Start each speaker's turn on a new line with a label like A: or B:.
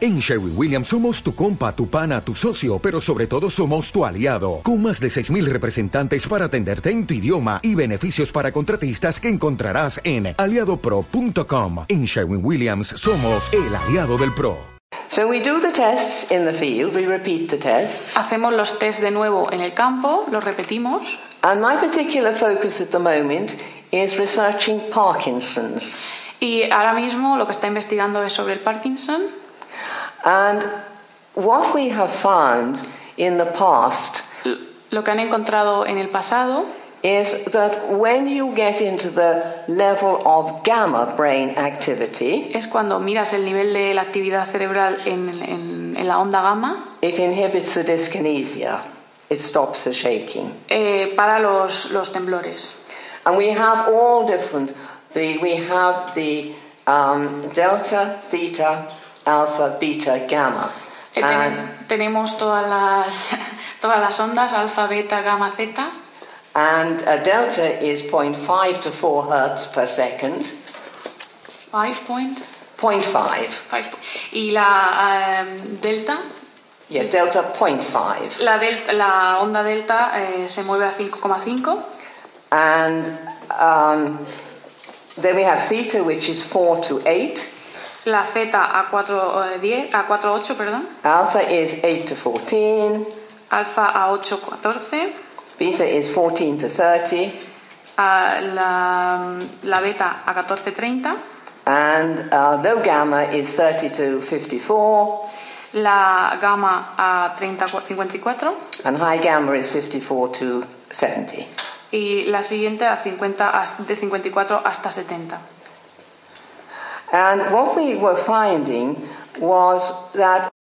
A: En Sherwin Williams somos tu compa, tu pana, tu socio, pero sobre todo somos tu aliado, con más de 6.000 representantes para atenderte en tu idioma y beneficios para contratistas que encontrarás en aliadopro.com. En Sherwin Williams somos el aliado del PRO.
B: So we do the tests in the field, we repeat the tests,
C: Hacemos los test de nuevo en el campo, los repetimos.
B: and my particular focus at the moment is researching Parkinson's.
C: Y ahora mismo lo que está investigando es sobre el Parkinson.
B: And what we have found in the past
C: L- Lo que han encontrado en el pasado
B: is that when you get into the level of gamma brain activity,
C: es cuando miras el nivel de la actividad cerebral en, en- en la onda gamma,
B: it inhibits the dyskinesia, it stops the shaking.
C: eh, para los, los temblores.
B: And we have all different, the, we have the um, delta, theta, alpha, beta, gamma.
C: Eh,
B: And,
C: ten- tenemos todas las, todas las ondas, alfa, beta, gamma, zeta.
B: and a delta is 0.5 to 4 hertz per second.
C: Five point,
B: 0.5.
C: five po- Y la eh, delta,
B: Yeah, delta 0.5.
C: la, del- la onda delta eh, se mueve a 5,5.
B: And um, then we have theta, which is 4 to 8.
C: La Z a 4.10, a 4.8, perdón.
B: Alpha is 8 to 14.
C: Alfa a 8.14.
B: Beta is 14 to 30.
C: a La, la beta a 14.30.
B: And uh, low gamma is 30 to 54.
C: La gamma a 30.54.
B: And high gamma is 54 to 70.
C: Y la siguiente a 50, as- de 54 hasta 70.
B: And what we were finding was that